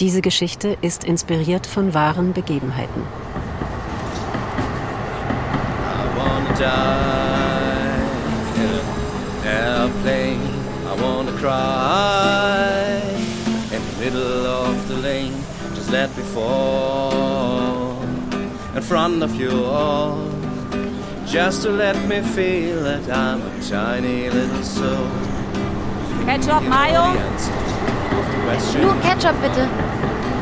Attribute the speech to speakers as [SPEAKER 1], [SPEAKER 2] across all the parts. [SPEAKER 1] Diese Geschichte ist inspiriert von wahren Begebenheiten.
[SPEAKER 2] I wanna die in an airplane. I wanna cry in the middle of the lane. Just let me fall in front of you all. Just to let me feel that I'm a tiny little soul.
[SPEAKER 3] Ketchup,
[SPEAKER 2] You know
[SPEAKER 3] Mayo?
[SPEAKER 2] the answer to the question.
[SPEAKER 4] Nur Ketchup bitte.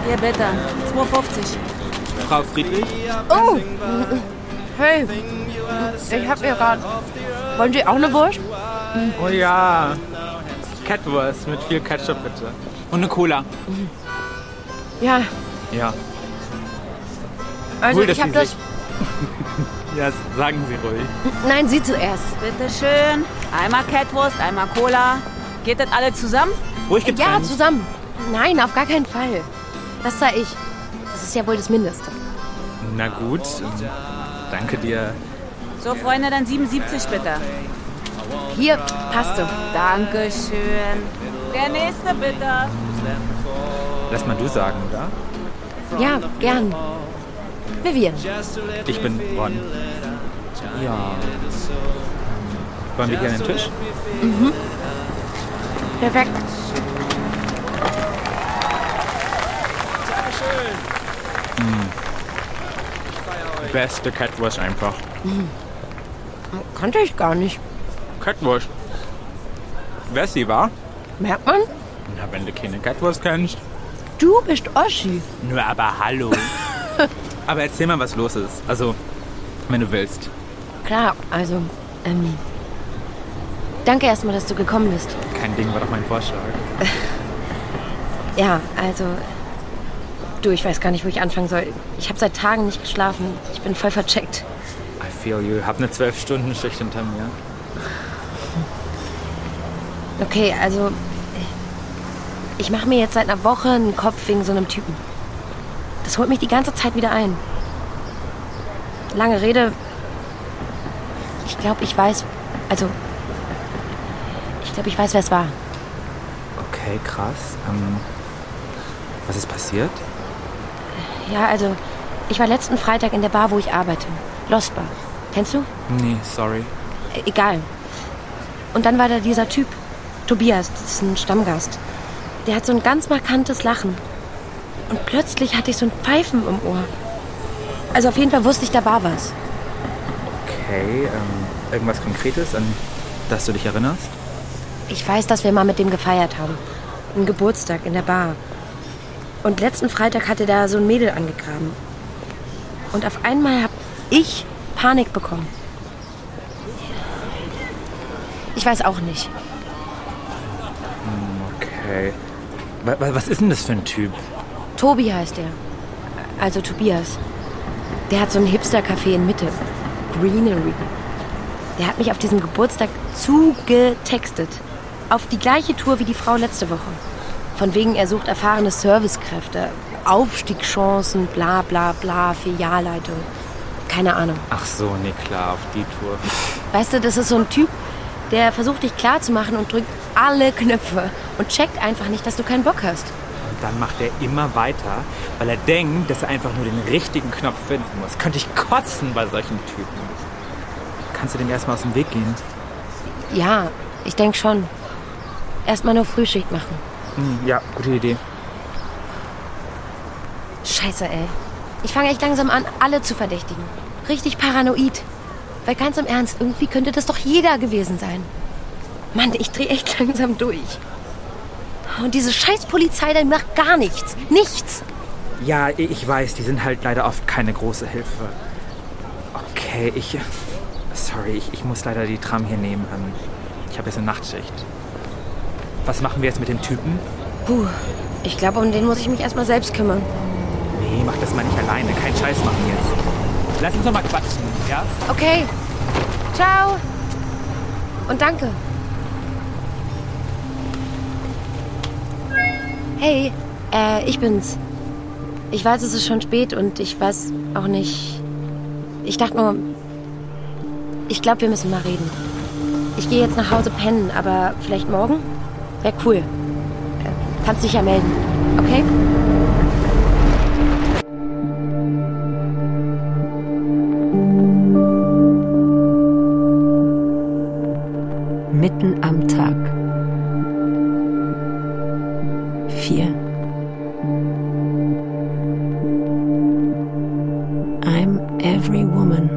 [SPEAKER 3] Hier bitte. 2,50.
[SPEAKER 5] Frau Friedrich?
[SPEAKER 4] Oh,
[SPEAKER 6] Hey, ich hab ihr grad. Wollen Sie auch eine Wurst?
[SPEAKER 5] Oh ja. Catwurst mit viel Ketchup bitte. Und eine Cola.
[SPEAKER 6] Ja,
[SPEAKER 5] Ja.
[SPEAKER 6] also
[SPEAKER 4] also
[SPEAKER 5] Cool, dass
[SPEAKER 6] ich hab
[SPEAKER 5] Sie
[SPEAKER 6] das.
[SPEAKER 5] sich- Ja, sagen Sie ruhig.
[SPEAKER 4] nein, sie zuerst.
[SPEAKER 3] Bitte schön. Einmal Catwurst, einmal Cola. Geht das alle zusammen?
[SPEAKER 5] Ruhig
[SPEAKER 4] Ja,
[SPEAKER 5] getrennt.
[SPEAKER 4] zusammen. Nein, auf gar keinen Fall. Das sah ich. Das ist ja wohl das Mindeste.
[SPEAKER 5] Na gut. ähm, Danke dir.
[SPEAKER 3] So, Freunde, dann 77 bitte.
[SPEAKER 4] Hier, passte.
[SPEAKER 3] Dankeschön. Der nächste bitte.
[SPEAKER 5] Lass mal du sagen, oder?
[SPEAKER 4] Ja, gern. Vivian,
[SPEAKER 5] Ich bin Ron. Ja. Wollen wir hier an den Tisch?
[SPEAKER 6] Perfekt.
[SPEAKER 5] Beste Catwurst einfach.
[SPEAKER 6] Kannte ich gar nicht.
[SPEAKER 5] Catwurst. Wer sie war?
[SPEAKER 6] Merkt man?
[SPEAKER 5] Na, wenn du keine Catwurst kennst.
[SPEAKER 6] Du bist Oschi.
[SPEAKER 5] Nö, aber hallo. aber erzähl mal, was los ist. Also, wenn du willst.
[SPEAKER 4] klar, also, ähm. Danke erstmal, dass du gekommen bist.
[SPEAKER 5] Kein Ding, war doch mein Vorschlag.
[SPEAKER 4] Ja, also. Du, ich weiß gar nicht, wo ich anfangen soll. Ich habe seit Tagen nicht geschlafen. Ich bin voll vercheckt.
[SPEAKER 5] I feel you. Hab eine 12-Stunden-Schicht hinter mir.
[SPEAKER 4] Okay, also. Ich mache mir jetzt seit einer Woche einen Kopf wegen so einem Typen. Das holt mich die ganze Zeit wieder ein. Lange Rede. Ich glaube, ich weiß. Also. Ich glaube, ich weiß, wer es war.
[SPEAKER 5] Okay, krass. Ähm, was ist passiert?
[SPEAKER 4] Ja, also. Ich war letzten Freitag in der Bar, wo ich arbeite. Lost Bar. Kennst du?
[SPEAKER 5] Nee, sorry.
[SPEAKER 4] E- Egal. Und dann war da dieser Typ, Tobias, das ist ein Stammgast. Der hat so ein ganz markantes Lachen. Und plötzlich hatte ich so ein Pfeifen im Ohr. Also auf jeden Fall wusste ich, da war was.
[SPEAKER 5] Okay, ähm, irgendwas Konkretes, an das du dich erinnerst?
[SPEAKER 4] Ich weiß, dass wir mal mit dem gefeiert haben. Einen Geburtstag in der Bar. Und letzten Freitag hatte da so ein Mädel angegraben. Und auf einmal hab ich Panik bekommen. Ich weiß auch nicht.
[SPEAKER 5] Okay. Wa- wa- Was ist denn das für ein Typ?
[SPEAKER 4] Tobi heißt er. Also Tobias. Der hat so ein Hipster-Café in Mitte. Greenery. Der hat mich auf diesem Geburtstag zugetextet. Auf die gleiche Tour wie die Frau letzte Woche. Von wegen, er sucht erfahrene Servicekräfte, Aufstiegschancen, bla bla bla, Filialleitung. Keine Ahnung.
[SPEAKER 5] Ach so, nee, klar, auf die Tour.
[SPEAKER 4] Weißt du, das ist so ein Typ, der versucht dich klarzumachen und drückt alle Knöpfe und checkt einfach nicht, dass du keinen Bock hast.
[SPEAKER 5] Und dann macht er immer weiter, weil er denkt, dass er einfach nur den richtigen Knopf finden muss. Könnte ich kotzen bei solchen Typen. Kannst du dem erstmal aus dem Weg gehen?
[SPEAKER 4] Ja, ich denke schon. Erstmal nur Frühschicht machen.
[SPEAKER 5] Hm, Ja, gute Idee.
[SPEAKER 4] Scheiße, ey. Ich fange echt langsam an, alle zu verdächtigen. Richtig paranoid. Weil ganz im Ernst, irgendwie könnte das doch jeder gewesen sein. Mann, ich drehe echt langsam durch. Und diese scheiß Polizei, die macht gar nichts. Nichts.
[SPEAKER 5] Ja, ich weiß, die sind halt leider oft keine große Hilfe. Okay, ich. Sorry, ich, ich muss leider die Tram hier nehmen. Ähm, Ich habe jetzt eine Nachtschicht. Was machen wir jetzt mit dem Typen?
[SPEAKER 4] Puh, ich glaube, um den muss ich mich erstmal selbst kümmern.
[SPEAKER 5] Nee, mach das mal nicht alleine. Kein Scheiß machen jetzt. Lass uns doch mal quatschen, ja?
[SPEAKER 4] Okay. Ciao. Und danke. Hey, äh, ich bin's. Ich weiß, es ist schon spät und ich weiß auch nicht. Ich dachte nur, ich glaube, wir müssen mal reden. Ich gehe jetzt nach Hause pennen, aber vielleicht morgen? Wär cool. Äh, Kannst dich ja melden. okay?
[SPEAKER 1] mitten am Tag. Vier. I'm every woman.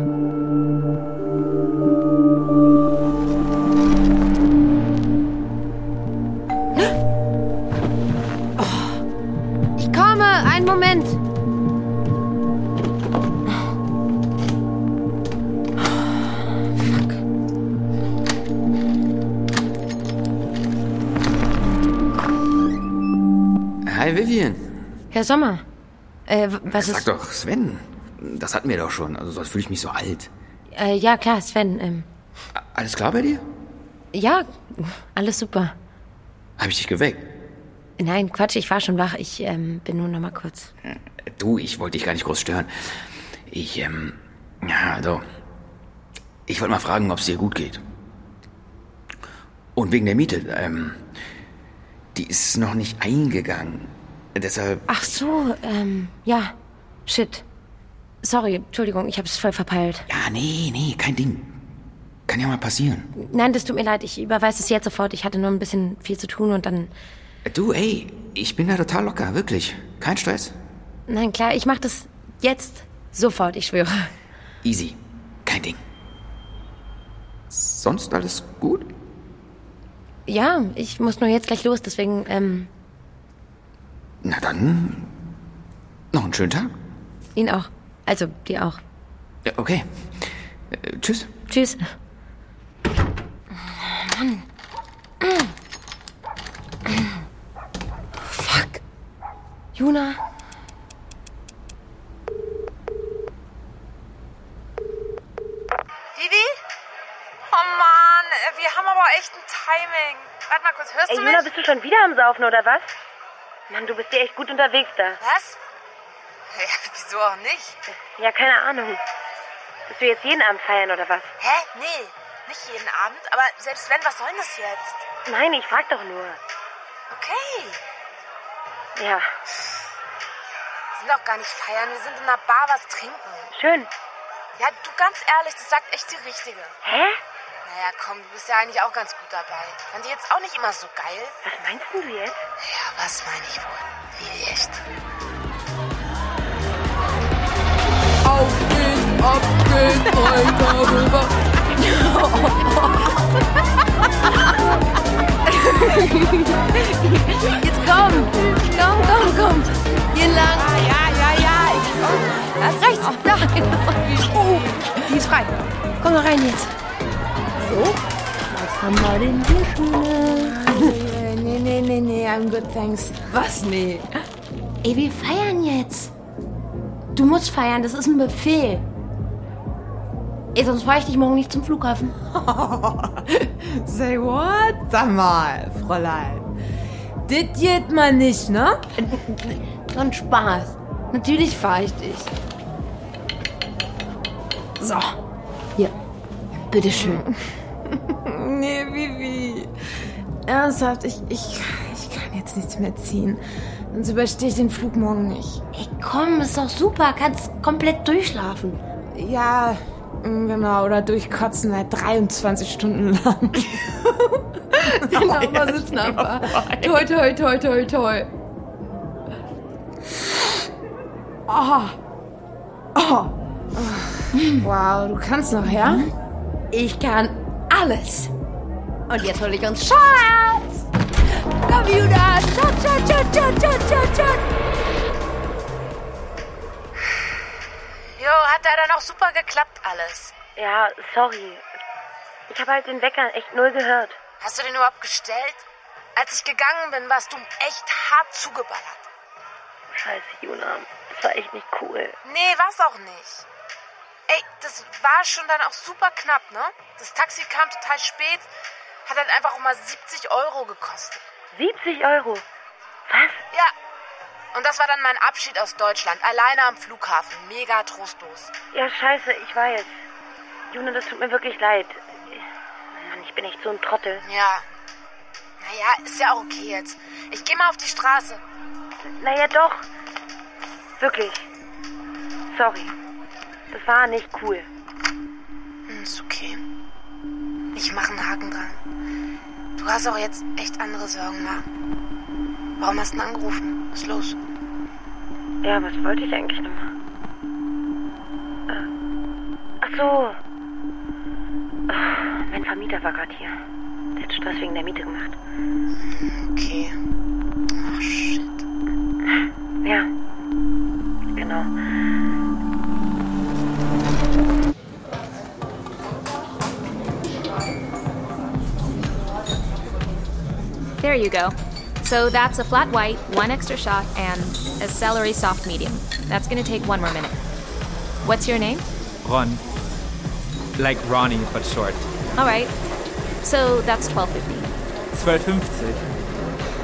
[SPEAKER 4] Ich komme, einen Moment.
[SPEAKER 7] Hi Vivian.
[SPEAKER 4] Herr Sommer, äh, w- was
[SPEAKER 7] Sag
[SPEAKER 4] ist...
[SPEAKER 7] doch, Sven. Das hatten wir doch schon. Also sonst fühle ich mich so alt.
[SPEAKER 4] Äh, ja, klar, Sven. Ähm,
[SPEAKER 7] A- Alles klar bei dir?
[SPEAKER 4] ja, alles super.
[SPEAKER 7] Habe ich dich geweckt?
[SPEAKER 4] Nein, Quatsch, ich war schon wach. Ich ähm, bin nur noch mal kurz.
[SPEAKER 7] Du, ich wollte dich gar nicht groß stören. Ich, ähm, ja, also, ich wollte mal fragen, ob es dir gut geht. Und wegen der Miete, ähm, die ist noch nicht eingegangen. Deshalb,
[SPEAKER 4] Ach so, ähm, ja. Shit. Sorry, Entschuldigung, ich hab's voll verpeilt.
[SPEAKER 7] ja, Ah, nee, nee, kein Ding. Kann ja mal passieren.
[SPEAKER 4] Nein, das tut mir leid, ich überweise es jetzt sofort. Ich hatte nur ein bisschen viel zu tun und dann...
[SPEAKER 7] Du, ey, ich bin da total locker, wirklich. Kein Stress.
[SPEAKER 4] Nein, klar, ich mach das jetzt sofort, ich schwöre.
[SPEAKER 7] Easy. Kein Ding. Sonst alles gut?
[SPEAKER 4] Ja, ich muss nur jetzt gleich los, deswegen, ähm,
[SPEAKER 7] Na dann. Noch einen schönen Tag.
[SPEAKER 4] ihn auch. Also, dir auch.
[SPEAKER 7] Ja, okay. Äh, tschüss.
[SPEAKER 4] Tschüss. Fuck. Juna.
[SPEAKER 6] Didi? Oh Mann, äh, wir haben aber echt ein Timing. Warte mal kurz, hörst du mich?
[SPEAKER 4] bist du schon wieder am Saufen oder was? Mann, du bist ja echt gut unterwegs da.
[SPEAKER 6] Was? Ja, wieso auch nicht?
[SPEAKER 4] Ja, keine Ahnung. Bist du jetzt jeden Abend feiern oder was?
[SPEAKER 6] Hä? Nee, nicht jeden Abend. Aber selbst wenn, was soll denn das jetzt?
[SPEAKER 4] Nein, ich frag doch nur.
[SPEAKER 6] Okay,
[SPEAKER 4] Ja,
[SPEAKER 6] wir sind auch gar nicht feiern, wir sind in einer Bar was trinken.
[SPEAKER 4] schön.
[SPEAKER 6] Ja, du ganz ehrlich, das sagt echt die Richtige.
[SPEAKER 4] Hä?
[SPEAKER 6] Naja, komm, du bist ja eigentlich auch ganz gut dabei. Fand die jetzt auch nicht immer so geil?
[SPEAKER 4] Was meinst denn du jetzt?
[SPEAKER 6] Ja, was meine ich wohl? Wie echt?
[SPEAKER 4] Jetzt komm! Komm, komm, komm! Hier lang!
[SPEAKER 3] Ja, ja, ja.
[SPEAKER 4] Erst rechts! Oh nein! Oh, die ist frei. Komm doch rein jetzt.
[SPEAKER 6] Nee, nee, nee, nee, I'm good, thanks.
[SPEAKER 3] Was? Nee.
[SPEAKER 4] Ey, wir feiern jetzt. Du musst feiern, das ist ein Befehl. Ey, sonst fahre ich dich morgen nicht zum Flughafen.
[SPEAKER 3] Say what? Sag mal, Fräulein. Dit geht mal nicht, ne?
[SPEAKER 4] So ein Spaß. Natürlich fahre ich dich. So. Hier. Bitteschön.
[SPEAKER 6] Nee, Vivi. Ernsthaft, ich, ich, ich kann jetzt nichts mehr ziehen. Sonst überstehe ich den Flug morgen nicht.
[SPEAKER 4] Ey, komm, ist doch super. Kannst komplett durchschlafen.
[SPEAKER 6] Ja, mm, genau, oder durchkotzen halt 23 Stunden lang. Genau,
[SPEAKER 8] Oh,
[SPEAKER 3] Nachbar sitzt Nachbar. Toi, toi, toi, toi, toi.
[SPEAKER 4] Ah.
[SPEAKER 6] Wow, du kannst noch, ja?
[SPEAKER 4] Hm? Ich kann alles. Und jetzt hole ich uns Schatz. Komm, Judas. Schatz, Schatz, Schatz, Schatz, Schatz, Schatz, Schatz.
[SPEAKER 6] Jo, hat da dann auch super geklappt alles.
[SPEAKER 4] Ja, sorry. Ich habe halt den Wecker echt null gehört.
[SPEAKER 6] Hast du den überhaupt gestellt? Als ich gegangen bin, warst du echt hart zugeballert.
[SPEAKER 4] Scheiße, Juna. Das war echt nicht cool.
[SPEAKER 6] Nee, war's auch nicht. Ey, das war schon dann auch super knapp, ne? Das Taxi kam total spät, hat halt einfach auch mal 70 Euro gekostet.
[SPEAKER 4] 70 Euro. Was?
[SPEAKER 6] Ja. Und das war dann mein Abschied aus Deutschland, alleine am Flughafen. Mega trostlos.
[SPEAKER 4] Ja, scheiße, ich weiß. Juna, das tut mir wirklich leid. Mann, ich bin echt so ein Trottel.
[SPEAKER 6] Ja. Naja, ist ja auch okay jetzt. Ich gehe mal auf die Straße. Naja, doch. Wirklich. Sorry. Das war nicht cool.
[SPEAKER 1] Hm, Ist okay. Ich mache einen Haken dran. Du hast auch jetzt echt andere Sorgen, Ma. Warum hast du denn angerufen? Was ist los?
[SPEAKER 6] Ja, was wollte ich eigentlich nochmal? Äh, ach so. Ach, mein Vermieter war gerade hier. Der hat Stress wegen der Miete gemacht.
[SPEAKER 1] Okay. Ach, shit.
[SPEAKER 6] Ja. Genau.
[SPEAKER 9] There you go. So that's a flat white, one extra shot, and a celery soft medium. That's gonna take one more minute. What's your name?
[SPEAKER 5] Ron. Like Ronnie, but short.
[SPEAKER 9] All right. So that's 12.50.
[SPEAKER 5] 12,50.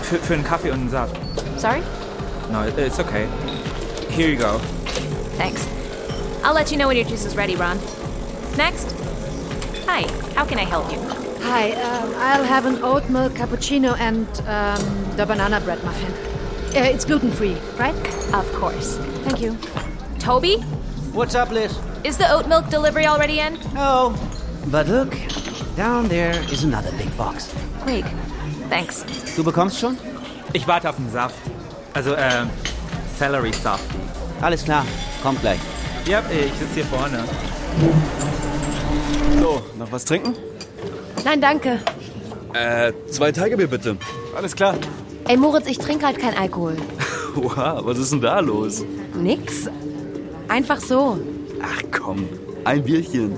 [SPEAKER 5] Für, für einen Kaffee und einen Saft.
[SPEAKER 9] Sorry?
[SPEAKER 5] No, it's okay. Here you go.
[SPEAKER 9] Thanks. I'll let you know when your juice is ready, Ron. Next. Hi, how can I help you?
[SPEAKER 8] Uh, Hi, um, I'll have an oat milk cappuccino and um, the banana bread muffin. Uh, it's gluten free, right?
[SPEAKER 9] Of course.
[SPEAKER 8] Thank you.
[SPEAKER 9] Toby,
[SPEAKER 10] What's up, Liz?
[SPEAKER 9] is the oat milk delivery already in?
[SPEAKER 10] Oh, but look, down there is another big box.
[SPEAKER 9] Wait. Thanks.
[SPEAKER 10] Du bekommst schon?
[SPEAKER 5] Ich warte auf den Saft. Also, ähm, Celery Saft.
[SPEAKER 10] Alles klar, kommt gleich.
[SPEAKER 5] Ja, ich sitze hier vorne.
[SPEAKER 11] So, noch was trinken?
[SPEAKER 4] Nein, danke.
[SPEAKER 11] Äh, zwei Tigerbier bitte. Alles klar.
[SPEAKER 4] Ey, Moritz, ich trinke halt keinen Alkohol.
[SPEAKER 11] Oha, was ist denn da los?
[SPEAKER 4] Nix. Einfach so.
[SPEAKER 11] Ach komm, ein Bierchen.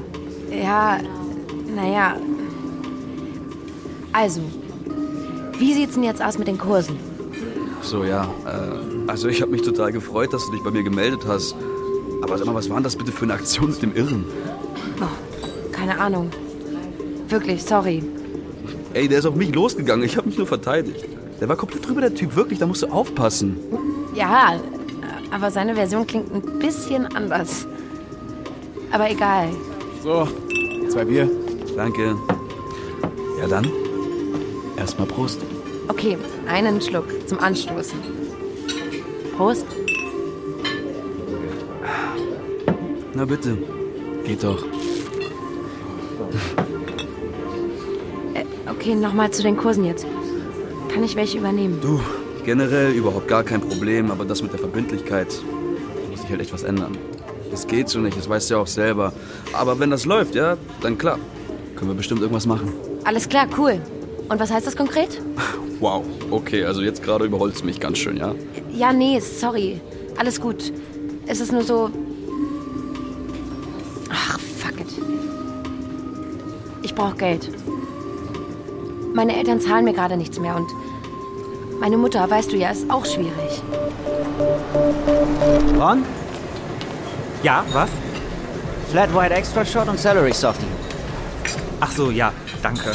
[SPEAKER 4] Ja, naja. Also, wie sieht's denn jetzt aus mit den Kursen?
[SPEAKER 11] So, ja. Äh, also ich habe mich total gefreut, dass du dich bei mir gemeldet hast. Aber sag mal, was war denn das bitte für eine Aktion mit dem Irren?
[SPEAKER 4] Keine Ahnung. Wirklich, sorry.
[SPEAKER 11] Ey, der ist auf mich losgegangen. Ich habe mich nur verteidigt. Der war komplett drüber, der Typ. Wirklich, da musst du aufpassen.
[SPEAKER 4] Ja, aber seine Version klingt ein bisschen anders. Aber egal.
[SPEAKER 11] So, zwei Bier. Danke. Ja dann, erstmal Prost.
[SPEAKER 4] Okay, einen Schluck zum Anstoßen. Prost.
[SPEAKER 11] Na bitte, geht doch.
[SPEAKER 4] Okay, nochmal zu den Kursen jetzt. Kann ich welche übernehmen?
[SPEAKER 11] Du, generell überhaupt gar kein Problem, aber das mit der Verbindlichkeit, da muss ich halt echt was ändern. Das geht so nicht, das weißt du ja auch selber. Aber wenn das läuft, ja, dann klar, können wir bestimmt irgendwas machen.
[SPEAKER 4] Alles klar, cool. Und was heißt das konkret?
[SPEAKER 11] Wow, okay, also jetzt gerade überholst du mich ganz schön, ja?
[SPEAKER 4] Ja, nee, sorry. Alles gut. Es ist nur so. Ach, fuck it. Ich brauche Geld. Meine Eltern zahlen mir gerade nichts mehr und meine Mutter, weißt du ja, ist auch schwierig.
[SPEAKER 10] Ron,
[SPEAKER 5] Ja, was?
[SPEAKER 10] Flat White Extra Shot und Celery Softie.
[SPEAKER 5] Ach so, ja, danke.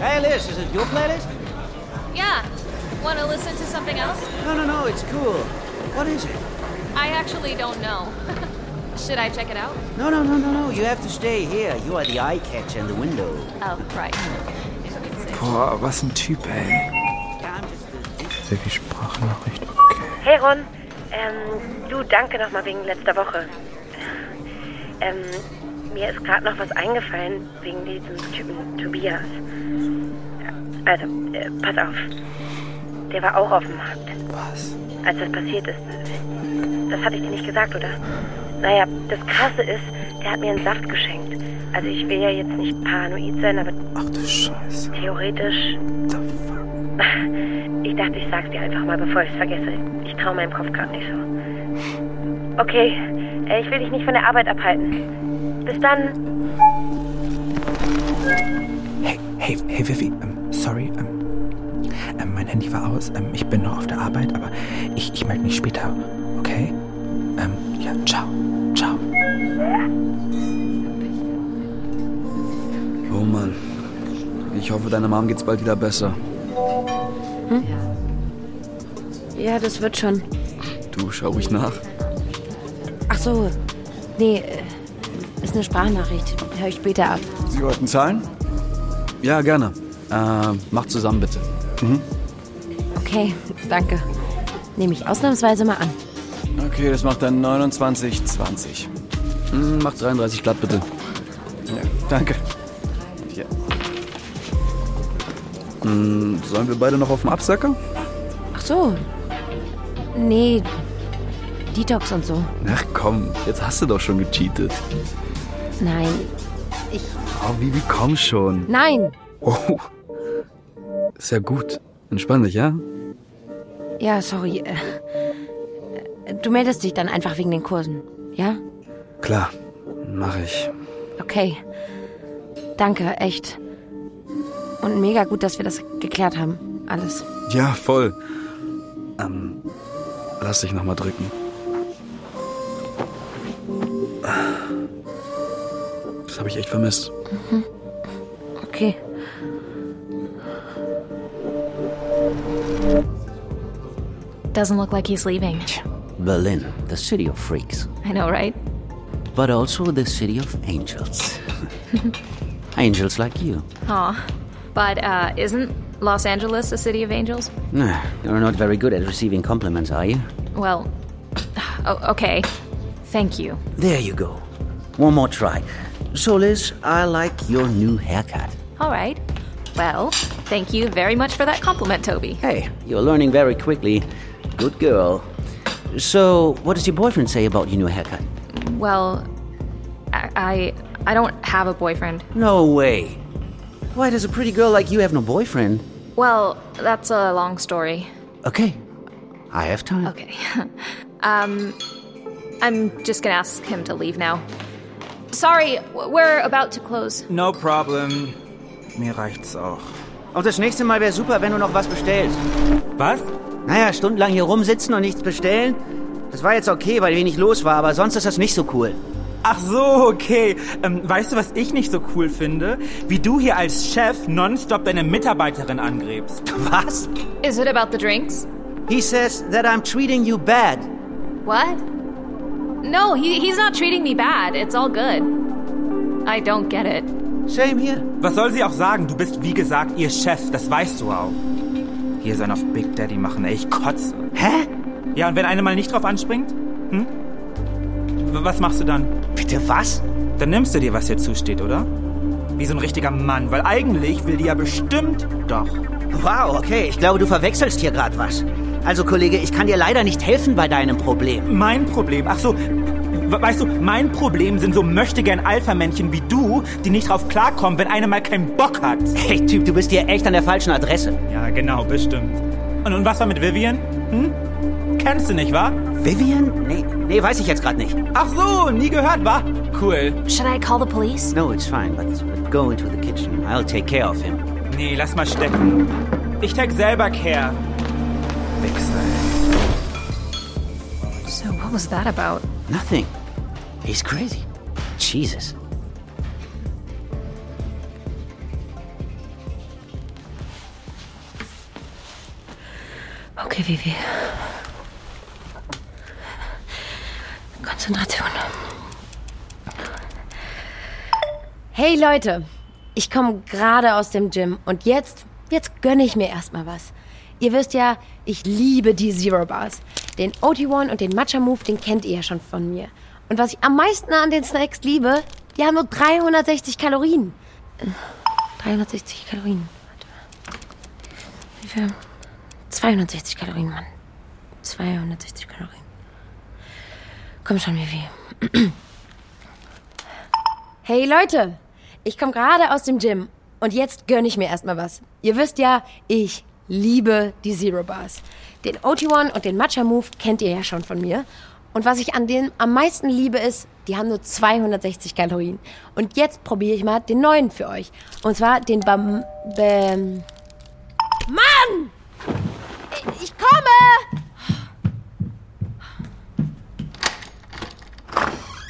[SPEAKER 10] Hey Liz, is it your playlist?
[SPEAKER 9] Yeah. Want to listen to something else?
[SPEAKER 10] No, no, no, it's cool. What is it?
[SPEAKER 9] I actually don't know. Should I check it out?
[SPEAKER 10] No, no, no, no, no, you have to stay here. You are the eye catcher in the window.
[SPEAKER 9] Oh, right.
[SPEAKER 5] Boah, was ein Typ, ey. Wirklich Sprachnachricht, okay.
[SPEAKER 6] Hey Ron, ähm, du, danke nochmal wegen letzter Woche. Ähm, mir ist gerade noch was eingefallen wegen diesem Typen Tobias. Also, äh, pass auf. Der war auch auf dem Markt. Was? Als das passiert ist. Das hatte ich dir nicht gesagt, oder? Naja, das Krasse ist, der hat mir einen Saft geschenkt. Also ich will ja jetzt nicht paranoid sein, aber
[SPEAKER 5] Ach du Scheiße.
[SPEAKER 6] theoretisch... Ich dachte, ich sag's dir einfach mal, bevor ich's vergesse. Ich traue meinem Kopf gerade nicht so. Okay, äh, ich will dich nicht von der Arbeit abhalten. Bis dann.
[SPEAKER 5] Hey, hey, hey, Vivi, ähm, sorry, ähm, ähm, mein Handy war aus, ähm, ich bin noch auf der Arbeit, aber ich, ich melde mich später, okay? Ähm, ja, ciao, ciao.
[SPEAKER 11] Oh Mann, ich hoffe, deiner Mom geht's bald wieder besser.
[SPEAKER 4] Ja, das wird schon.
[SPEAKER 11] Du, schau ruhig nach.
[SPEAKER 4] Ach so. Nee, äh, ist eine Sprachnachricht. Hör ich später ab.
[SPEAKER 11] Sie wollten
[SPEAKER 12] Mhm.
[SPEAKER 11] zahlen? Ja, gerne. Äh, mach zusammen bitte.
[SPEAKER 4] Okay. Okay, danke. Nehme ich ausnahmsweise mal an.
[SPEAKER 12] Okay, das macht dann 29,20. Hm, mach 33 glatt, bitte. Ja, danke. Ja. Hm, sollen wir beide noch auf dem Absacker?
[SPEAKER 4] Ach so. Nee, Detox und so.
[SPEAKER 12] Ach komm, jetzt hast du doch schon gecheatet.
[SPEAKER 4] Nein. Ich.
[SPEAKER 12] Oh, Bibi, komm schon.
[SPEAKER 4] Nein!
[SPEAKER 12] Oh. Ist ja gut. Entspann dich, ja?
[SPEAKER 4] Ja, sorry. äh, äh, Du meldest dich dann einfach wegen den Kursen, ja?
[SPEAKER 12] Klar, mach ich.
[SPEAKER 4] Okay. Danke, echt. Und mega gut, dass wir das geklärt haben. Alles.
[SPEAKER 12] Ja, voll. Ähm, lass dich nochmal drücken. Das habe ich echt vermisst.
[SPEAKER 4] Okay.
[SPEAKER 9] Doesn't look like he's leaving.
[SPEAKER 11] Berlin, the city of freaks,
[SPEAKER 9] I know, right?
[SPEAKER 11] but also the city of angels. angels like you.
[SPEAKER 9] Aw. But uh, isn't Los Angeles a city of angels?
[SPEAKER 11] Ah, You're not very good at receiving compliments, are you?
[SPEAKER 9] Well, oh, okay. Thank you.
[SPEAKER 11] There you go. One more try. So, Liz, I like your new haircut.
[SPEAKER 9] All right. Well, thank you very much for that compliment, Toby.
[SPEAKER 11] Hey. You're learning very quickly. Good girl. So, what does your boyfriend say about your new haircut?
[SPEAKER 9] Well, I, I I don't have a boyfriend.
[SPEAKER 11] No way. Why does a pretty girl like you have no boyfriend?
[SPEAKER 9] Well, that's a long story.
[SPEAKER 11] Okay. I have time.
[SPEAKER 9] Okay. um, I'm just gonna ask him to leave now. Sorry, w- we're about to close.
[SPEAKER 5] No problem. Mir reicht's auch.
[SPEAKER 7] Und das nächste Mal wäre super, wenn du noch was bestellst.
[SPEAKER 5] Was?
[SPEAKER 7] Naja, stundenlang hier rumsitzen und nichts bestellen. Das war jetzt okay, weil wenig los war, aber sonst ist das nicht so cool.
[SPEAKER 5] Ach so, okay. Ähm, weißt du, was ich nicht so cool finde? Wie du hier als Chef nonstop deine Mitarbeiterin angrebst.
[SPEAKER 7] Was?
[SPEAKER 9] Is it about the drinks?
[SPEAKER 7] He says that I'm treating you bad.
[SPEAKER 9] What? No, he, he's not treating me bad. It's all good. I don't get it.
[SPEAKER 7] Same here.
[SPEAKER 5] Was soll sie auch sagen? Du bist, wie gesagt, ihr Chef. Das weißt du auch. Hier sollen auf Big Daddy machen. Ey, ich kotze.
[SPEAKER 7] Hä?
[SPEAKER 5] Ja, und wenn eine mal nicht drauf anspringt? Hm? W- Was machst du dann?
[SPEAKER 7] Bitte was?
[SPEAKER 5] Dann nimmst du dir, was dir zusteht, oder? Wie so ein richtiger Mann, weil eigentlich will die ja bestimmt doch.
[SPEAKER 7] Wow, okay, ich glaube, du verwechselst hier gerade was. Also, Kollege, ich kann dir leider nicht helfen bei deinem Problem.
[SPEAKER 5] Mein Problem. Ach so, we- weißt du, mein Problem sind so möchtegern Alpha-Männchen wie du, die nicht drauf klarkommen, wenn einer mal keinen Bock hat.
[SPEAKER 7] Hey, Typ, du bist hier echt an der falschen Adresse.
[SPEAKER 5] Ja, genau, bestimmt. Und, und was war mit Vivian? Hm? Kennst du nicht, wa?
[SPEAKER 7] Vivian? Nee, nee, weiß ich jetzt gerade nicht.
[SPEAKER 5] Ach so, nie gehört, wa? Cool.
[SPEAKER 9] Should I call the police?
[SPEAKER 7] No, it's fine, but, but go into the kitchen. I'll take care of him.
[SPEAKER 5] Nee, lass mal stecken. Ich tag selber Care.
[SPEAKER 9] So, what was that about?
[SPEAKER 11] Nothing. He's crazy. Jesus.
[SPEAKER 4] Okay, Vivi. Konzentration. Hey Leute, ich komme gerade aus dem Gym und jetzt, jetzt gönne ich mir erstmal was. Ihr wisst ja, ich liebe die Zero Bars. Den OT1 und den Matcha Move, den kennt ihr ja schon von mir. Und was ich am meisten an den Snacks liebe, die haben nur 360 Kalorien. Äh, 360 Kalorien. Warte mal. Wie viel? 260 Kalorien, Mann. 260 Kalorien. Komm schon, Vivi. Hey Leute, ich komme gerade aus dem Gym und jetzt gönne ich mir erstmal was. Ihr wisst ja, ich liebe die Zero Bars. Den OT1 und den Matcha Move kennt ihr ja schon von mir. Und was ich an denen am meisten liebe ist, die haben nur 260 Kalorien. Und jetzt probiere ich mal den neuen für euch. Und zwar den Bam... Bam Mann! Ich komme!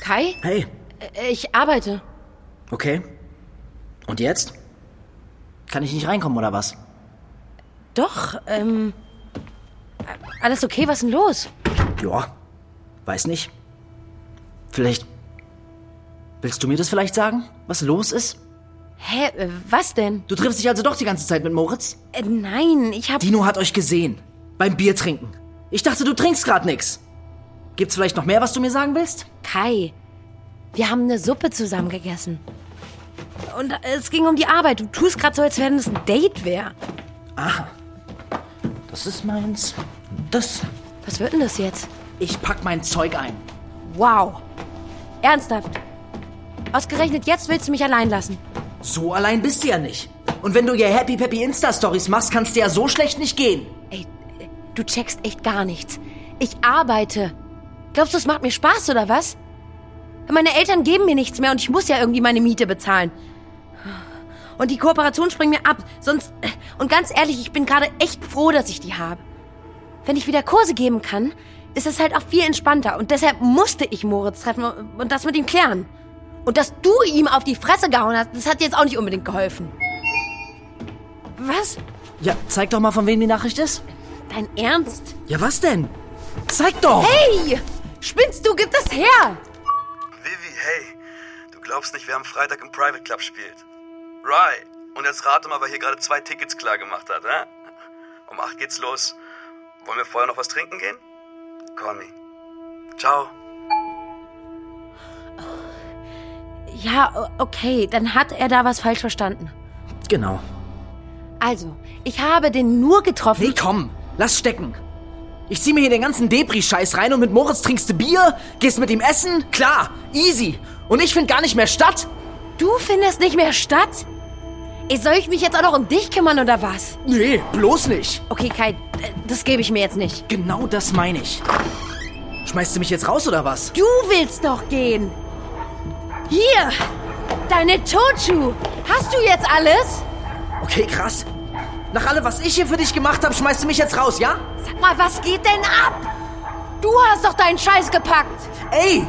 [SPEAKER 4] Kai?
[SPEAKER 11] Hey.
[SPEAKER 4] Ich arbeite.
[SPEAKER 11] Okay. Und jetzt? Kann ich nicht reinkommen oder was?
[SPEAKER 4] Doch, ähm. Alles okay, was ist denn los?
[SPEAKER 11] Ja. Weiß nicht. Vielleicht. Willst du mir das vielleicht sagen? Was los ist?
[SPEAKER 4] Hä, äh, was denn?
[SPEAKER 11] Du triffst dich also doch die ganze Zeit mit Moritz?
[SPEAKER 4] Äh, nein, ich hab.
[SPEAKER 11] Dino hat euch gesehen.
[SPEAKER 5] Beim Bier trinken. Ich dachte, du trinkst gerade nix. Gibt's vielleicht noch mehr, was du mir sagen willst?
[SPEAKER 4] Kai, wir haben eine Suppe zusammen gegessen. Und es ging um die Arbeit. Du tust gerade so, als wenn es ein Date wäre.
[SPEAKER 5] Ah, das ist meins. Das.
[SPEAKER 4] Was wird denn das jetzt?
[SPEAKER 5] Ich pack mein Zeug ein.
[SPEAKER 4] Wow. Ernsthaft? Ausgerechnet jetzt willst du mich allein lassen.
[SPEAKER 5] So allein bist du ja nicht. Und wenn du hier Happy Peppy Insta-Stories machst, kannst dir ja so schlecht nicht gehen.
[SPEAKER 4] Ey, du checkst echt gar nichts. Ich arbeite. Glaubst du, es macht mir Spaß oder was? Meine Eltern geben mir nichts mehr und ich muss ja irgendwie meine Miete bezahlen. Und die Kooperation springt mir ab. Sonst. Und ganz ehrlich, ich bin gerade echt froh, dass ich die habe. Wenn ich wieder Kurse geben kann, ist es halt auch viel entspannter. Und deshalb musste ich Moritz treffen und das mit ihm klären. Und dass du ihm auf die Fresse gehauen hast, das hat dir jetzt auch nicht unbedingt geholfen. Was?
[SPEAKER 5] Ja, zeig doch mal, von wem die Nachricht ist.
[SPEAKER 4] Dein Ernst?
[SPEAKER 5] Ja, was denn? Zeig doch!
[SPEAKER 4] Hey! Spinnst du? Gib das her!
[SPEAKER 13] Vivi, hey. Du glaubst nicht, wer am Freitag im Private Club spielt. Right. Und jetzt rate mal, wer hier gerade zwei Tickets klar gemacht hat, hä? Um acht geht's los. Wollen wir vorher noch was trinken gehen? Conny. Ciao.
[SPEAKER 4] Ja, okay, dann hat er da was falsch verstanden.
[SPEAKER 5] Genau.
[SPEAKER 4] Also, ich habe den nur getroffen.
[SPEAKER 5] Nee, komm, lass stecken. Ich zieh mir hier den ganzen Depri-Scheiß rein und mit Moritz trinkst du Bier, gehst mit ihm essen, klar, easy. Und ich find gar nicht mehr statt.
[SPEAKER 4] Du findest nicht mehr statt? Ey, soll ich mich jetzt auch noch um dich kümmern oder was?
[SPEAKER 5] Nee, bloß nicht.
[SPEAKER 4] Okay, Kai, das gebe ich mir jetzt nicht.
[SPEAKER 5] Genau das meine ich. Schmeißt du mich jetzt raus oder was?
[SPEAKER 4] Du willst doch gehen. Hier, deine Turnschuhe. Hast du jetzt alles?
[SPEAKER 5] Okay, krass. Nach allem, was ich hier für dich gemacht habe, schmeißt du mich jetzt raus, ja?
[SPEAKER 4] Sag mal, was geht denn ab? Du hast doch deinen Scheiß gepackt.
[SPEAKER 5] Ey,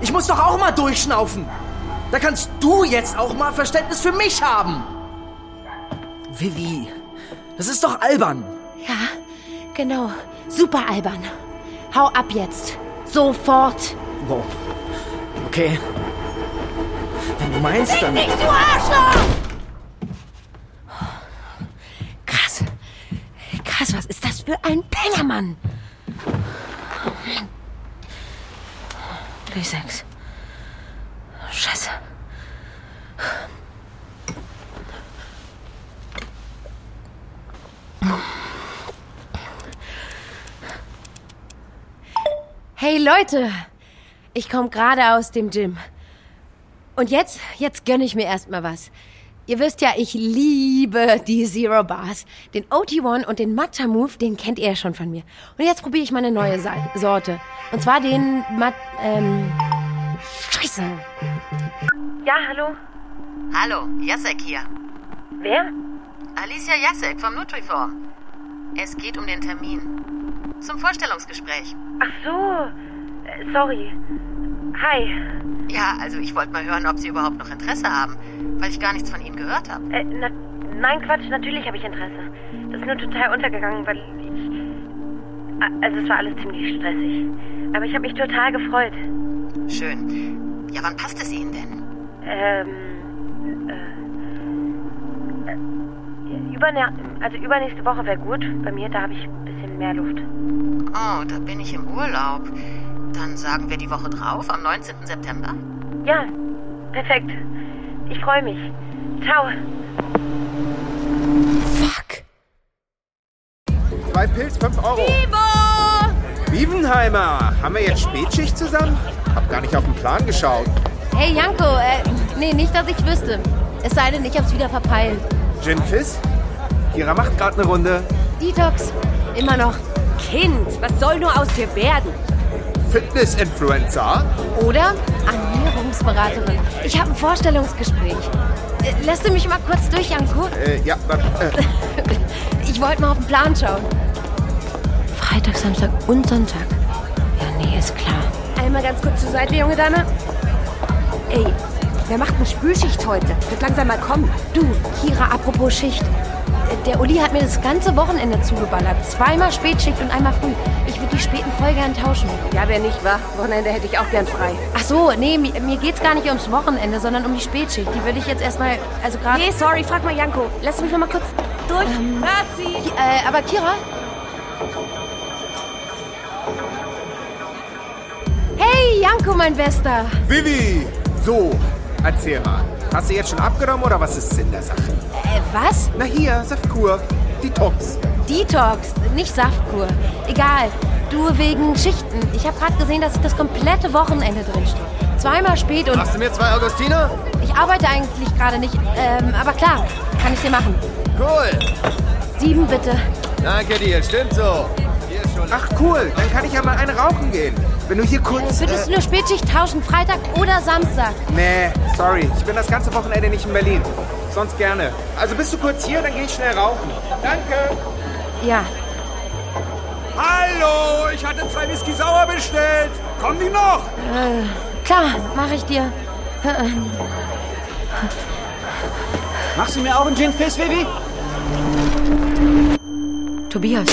[SPEAKER 5] ich muss doch auch mal durchschnaufen. Da kannst du jetzt auch mal Verständnis für mich haben. Vivi, das ist doch albern.
[SPEAKER 4] Ja, genau. Super albern. Hau ab jetzt. Sofort.
[SPEAKER 5] Wow. Okay. Wenn du meinst,
[SPEAKER 4] Fick
[SPEAKER 5] dann...
[SPEAKER 4] dich, du Arschloch! Krass. Krass, was ist das für ein Pellermann? Durch sechs. Scheiße. Hey Leute, ich komme gerade aus dem Gym. Und jetzt, jetzt gönne ich mir erstmal was. Ihr wisst ja, ich liebe die Zero Bars. Den OT1 und den Matcha Move, den kennt ihr ja schon von mir. Und jetzt probiere ich mal eine neue Sa- Sorte. Und zwar den Mat ähm Scheiße.
[SPEAKER 6] Ja, hallo?
[SPEAKER 8] Hallo, Jacek hier.
[SPEAKER 6] Wer?
[SPEAKER 8] Alicia Jacek vom Nutriform. Es geht um den Termin. Zum Vorstellungsgespräch.
[SPEAKER 6] Ach so. Äh, Sorry. Hi.
[SPEAKER 8] Ja, also ich wollte mal hören, ob Sie überhaupt noch Interesse haben, weil ich gar nichts von Ihnen gehört habe.
[SPEAKER 6] Äh, na, nein, Quatsch, natürlich habe ich Interesse. Das ist nur total untergegangen, weil ich. A- Also, es war alles ziemlich stressig. Aber ich habe mich total gefreut.
[SPEAKER 8] Schön. Ja, wann passt es Ihnen denn?
[SPEAKER 6] Ähm. Äh, äh, überne also, übernächste Woche wäre gut. Bei mir, da habe ich ein bisschen mehr Luft.
[SPEAKER 8] Oh, da bin ich im Urlaub. Dann sagen wir die Woche drauf, am 19. September.
[SPEAKER 6] Ja, perfekt. Ich freue mich. Ciao.
[SPEAKER 14] Zwei Pilz, 5 Euro. Wievenheimer, haben wir jetzt Spätschicht zusammen? Hab gar nicht auf den Plan geschaut.
[SPEAKER 4] Hey Janko, äh, nee, nicht, dass ich wüsste. Es sei denn, ich hab's wieder verpeilt.
[SPEAKER 14] Gin Fizz? Kira macht gerade eine Runde.
[SPEAKER 4] Detox, immer noch. Kind, was soll nur aus dir werden?
[SPEAKER 14] Fitness-Influencer?
[SPEAKER 4] Oder Ernährungsberaterin. Ich habe ein Vorstellungsgespräch. Äh, Lässt du mich mal kurz durch, Janko?
[SPEAKER 14] Äh, ja, äh,
[SPEAKER 4] Ich wollte mal auf den Plan schauen. Freitag, Samstag und Sonntag. Ja, nee, ist klar. Einmal ganz kurz zur Seite, junge Dame. Ey, wer macht eine Spülschicht heute? Wird langsam mal kommen. Du, Kira, apropos Schicht. Äh, Der Uli hat mir das ganze Wochenende zugeballert. Zweimal Spätschicht und einmal früh. Ich würde die späten voll gern tauschen. Ja, wer nicht, war. Wochenende hätte ich auch gern frei. Ach so, nee, mir, mir geht's gar nicht ums Wochenende, sondern um die Spätschicht. Die würde ich jetzt erstmal, also gerade...
[SPEAKER 6] Nee, sorry, frag mal Janko. Lass mich noch mal kurz durch.
[SPEAKER 4] Ähm, Ki- äh, aber Kira, Hey, Janko, mein Bester.
[SPEAKER 5] äh, Vivi! So, erzähl mal. Hast du jetzt schon abgenommen oder was ist Sinn der Sache?
[SPEAKER 4] Äh, was?
[SPEAKER 5] Na hier, Saftkur. Detox.
[SPEAKER 4] Detox, nicht Saftkur. Egal. Du wegen Schichten. Ich habe gerade gesehen, dass ich das komplette Wochenende drinstehe. Zweimal spät und.
[SPEAKER 5] Machst du mir zwei Augustiner?
[SPEAKER 4] Ich arbeite eigentlich gerade nicht. Ähm, aber klar, kann ich dir machen.
[SPEAKER 5] Cool.
[SPEAKER 4] Sieben bitte.
[SPEAKER 5] Danke dir, stimmt so. Hier schon. Ach cool, dann kann ich ja mal eine rauchen gehen. Wenn du hier kurz...
[SPEAKER 4] Würdest du eine Spätschicht tauschen, Freitag oder Samstag?
[SPEAKER 5] Nee, sorry. Ich bin das ganze Wochenende nicht in Berlin. Sonst gerne. Also bist du kurz hier, dann gehe ich schnell rauchen. Danke.
[SPEAKER 4] Ja.
[SPEAKER 5] Hallo, ich hatte zwei Whisky sauer bestellt. Kommen die noch?
[SPEAKER 4] Äh, klar, mache ich dir.
[SPEAKER 6] Machst du mir auch einen Gin Fizz, Vivi?
[SPEAKER 4] Tobias.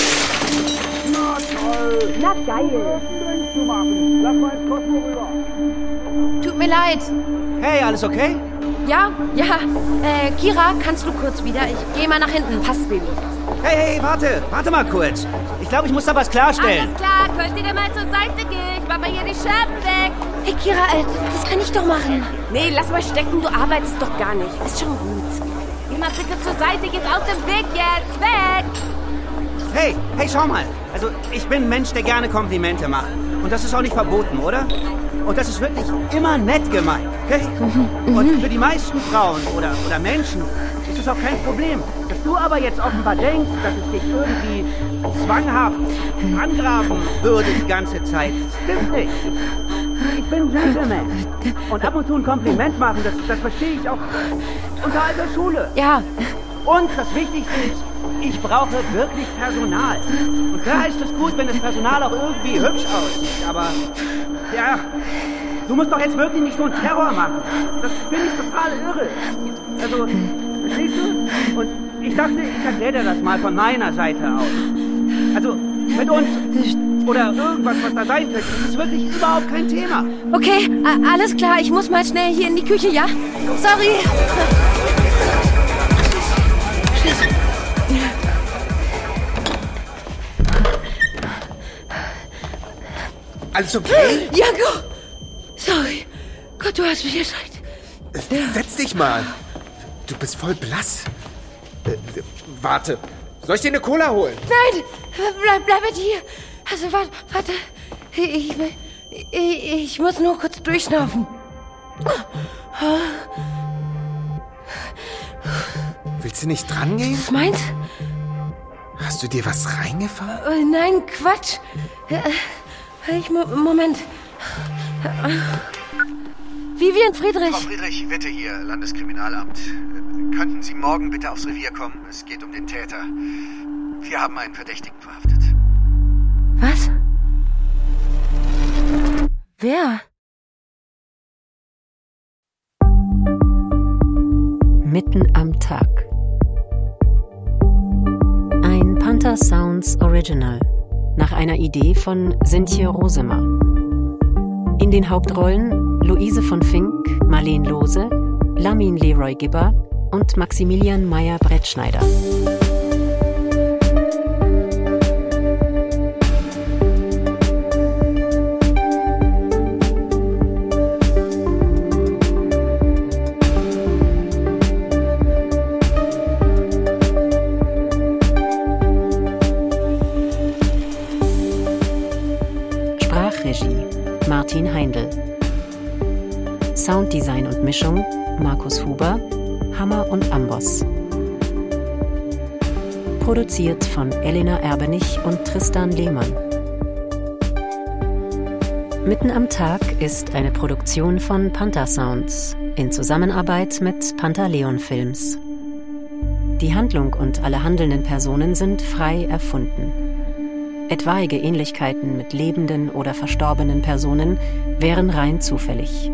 [SPEAKER 5] Na toll.
[SPEAKER 4] Na geil.
[SPEAKER 5] Drinks zu machen. Lass mal ins Kosmo rüber.
[SPEAKER 4] Tut mir leid.
[SPEAKER 6] Hey, alles okay?
[SPEAKER 4] Ja, ja. Äh, Kira, kannst du kurz wieder? Ich gehe mal nach hinten. Passt, Baby.
[SPEAKER 6] Hey, hey, warte. Warte mal kurz. Ich glaube, ich muss da was klarstellen.
[SPEAKER 15] Alles klar, könnt ihr denn mal zur Seite gehen? Ich mach mal hier die Scherben weg.
[SPEAKER 4] Hey, Kira, äh, das kann ich doch machen.
[SPEAKER 15] Nee, lass mal stecken. Du arbeitest doch gar nicht. Ist schon gut. Geh mal bitte zur Seite. Geht aus dem Weg jetzt. Weg.
[SPEAKER 6] Hey, hey, schau mal. Also, ich bin ein Mensch, der gerne Komplimente macht. Und das ist auch nicht verboten, oder? Und das ist wirklich immer nett gemeint, okay? Und für die meisten Frauen oder, oder Menschen ist es auch kein Problem. Dass du aber jetzt offenbar denkst, dass es dich irgendwie zwanghaft angraben würde die ganze Zeit, stimmt nicht. Ich bin Gentleman. Und ab und zu ein Kompliment machen, das, das verstehe ich auch unter alter Schule.
[SPEAKER 4] Ja.
[SPEAKER 6] Und das Wichtigste ist, ich brauche wirklich Personal. Und klar ist es gut, wenn das Personal auch irgendwie hübsch aussieht, aber ja, du musst doch jetzt wirklich nicht so einen Terror machen. Das finde ich total irre. Also, verstehst du? Und ich dachte, ich erkläre dir das mal von meiner Seite aus. Also, mit uns oder irgendwas, was da sein könnte, das ist wirklich überhaupt kein Thema.
[SPEAKER 4] Okay, a- alles klar. Ich muss mal schnell hier in die Küche, ja? Sorry.
[SPEAKER 5] Alles okay?
[SPEAKER 4] Janko! Sorry. Gott, du hast mich erschreckt.
[SPEAKER 5] Setz dich mal. Du bist voll blass. Äh, äh, warte. Soll ich dir eine Cola holen?
[SPEAKER 4] Nein! Bleib, bleib mit hier. Also, warte, warte. Ich, ich, ich muss nur kurz durchschnaufen.
[SPEAKER 5] Willst du nicht drangehen?
[SPEAKER 4] Was meint?
[SPEAKER 5] Hast du dir was reingefahren?
[SPEAKER 4] Äh, Nein, Quatsch. Äh, Ich, mo- Moment. Vivian Friedrich.
[SPEAKER 16] Frau Friedrich, Witte hier, Landeskriminalamt. Äh, Könnten Sie morgen bitte aufs Revier kommen? Es geht um den Täter. Wir haben einen Verdächtigen verhaftet.
[SPEAKER 4] Was? Wer?
[SPEAKER 1] Mitten am Tag. Ein Panther Sounds Original nach einer Idee von Sintje Rosemer. In den Hauptrollen Luise von Fink, Marlene Lose, Lamin Leroy Gibber und Maximilian Meyer-Brettschneider. Sprachregie Martin Heindl. Sounddesign und Mischung Markus Huber, Hammer und Amboss. Produziert von Elena Erbenich und Tristan Lehmann. Mitten am Tag ist eine Produktion von Panther Sounds in Zusammenarbeit mit Pantaleon Films. Die Handlung und alle handelnden Personen sind frei erfunden. Etwaige Ähnlichkeiten mit lebenden oder verstorbenen Personen wären rein zufällig.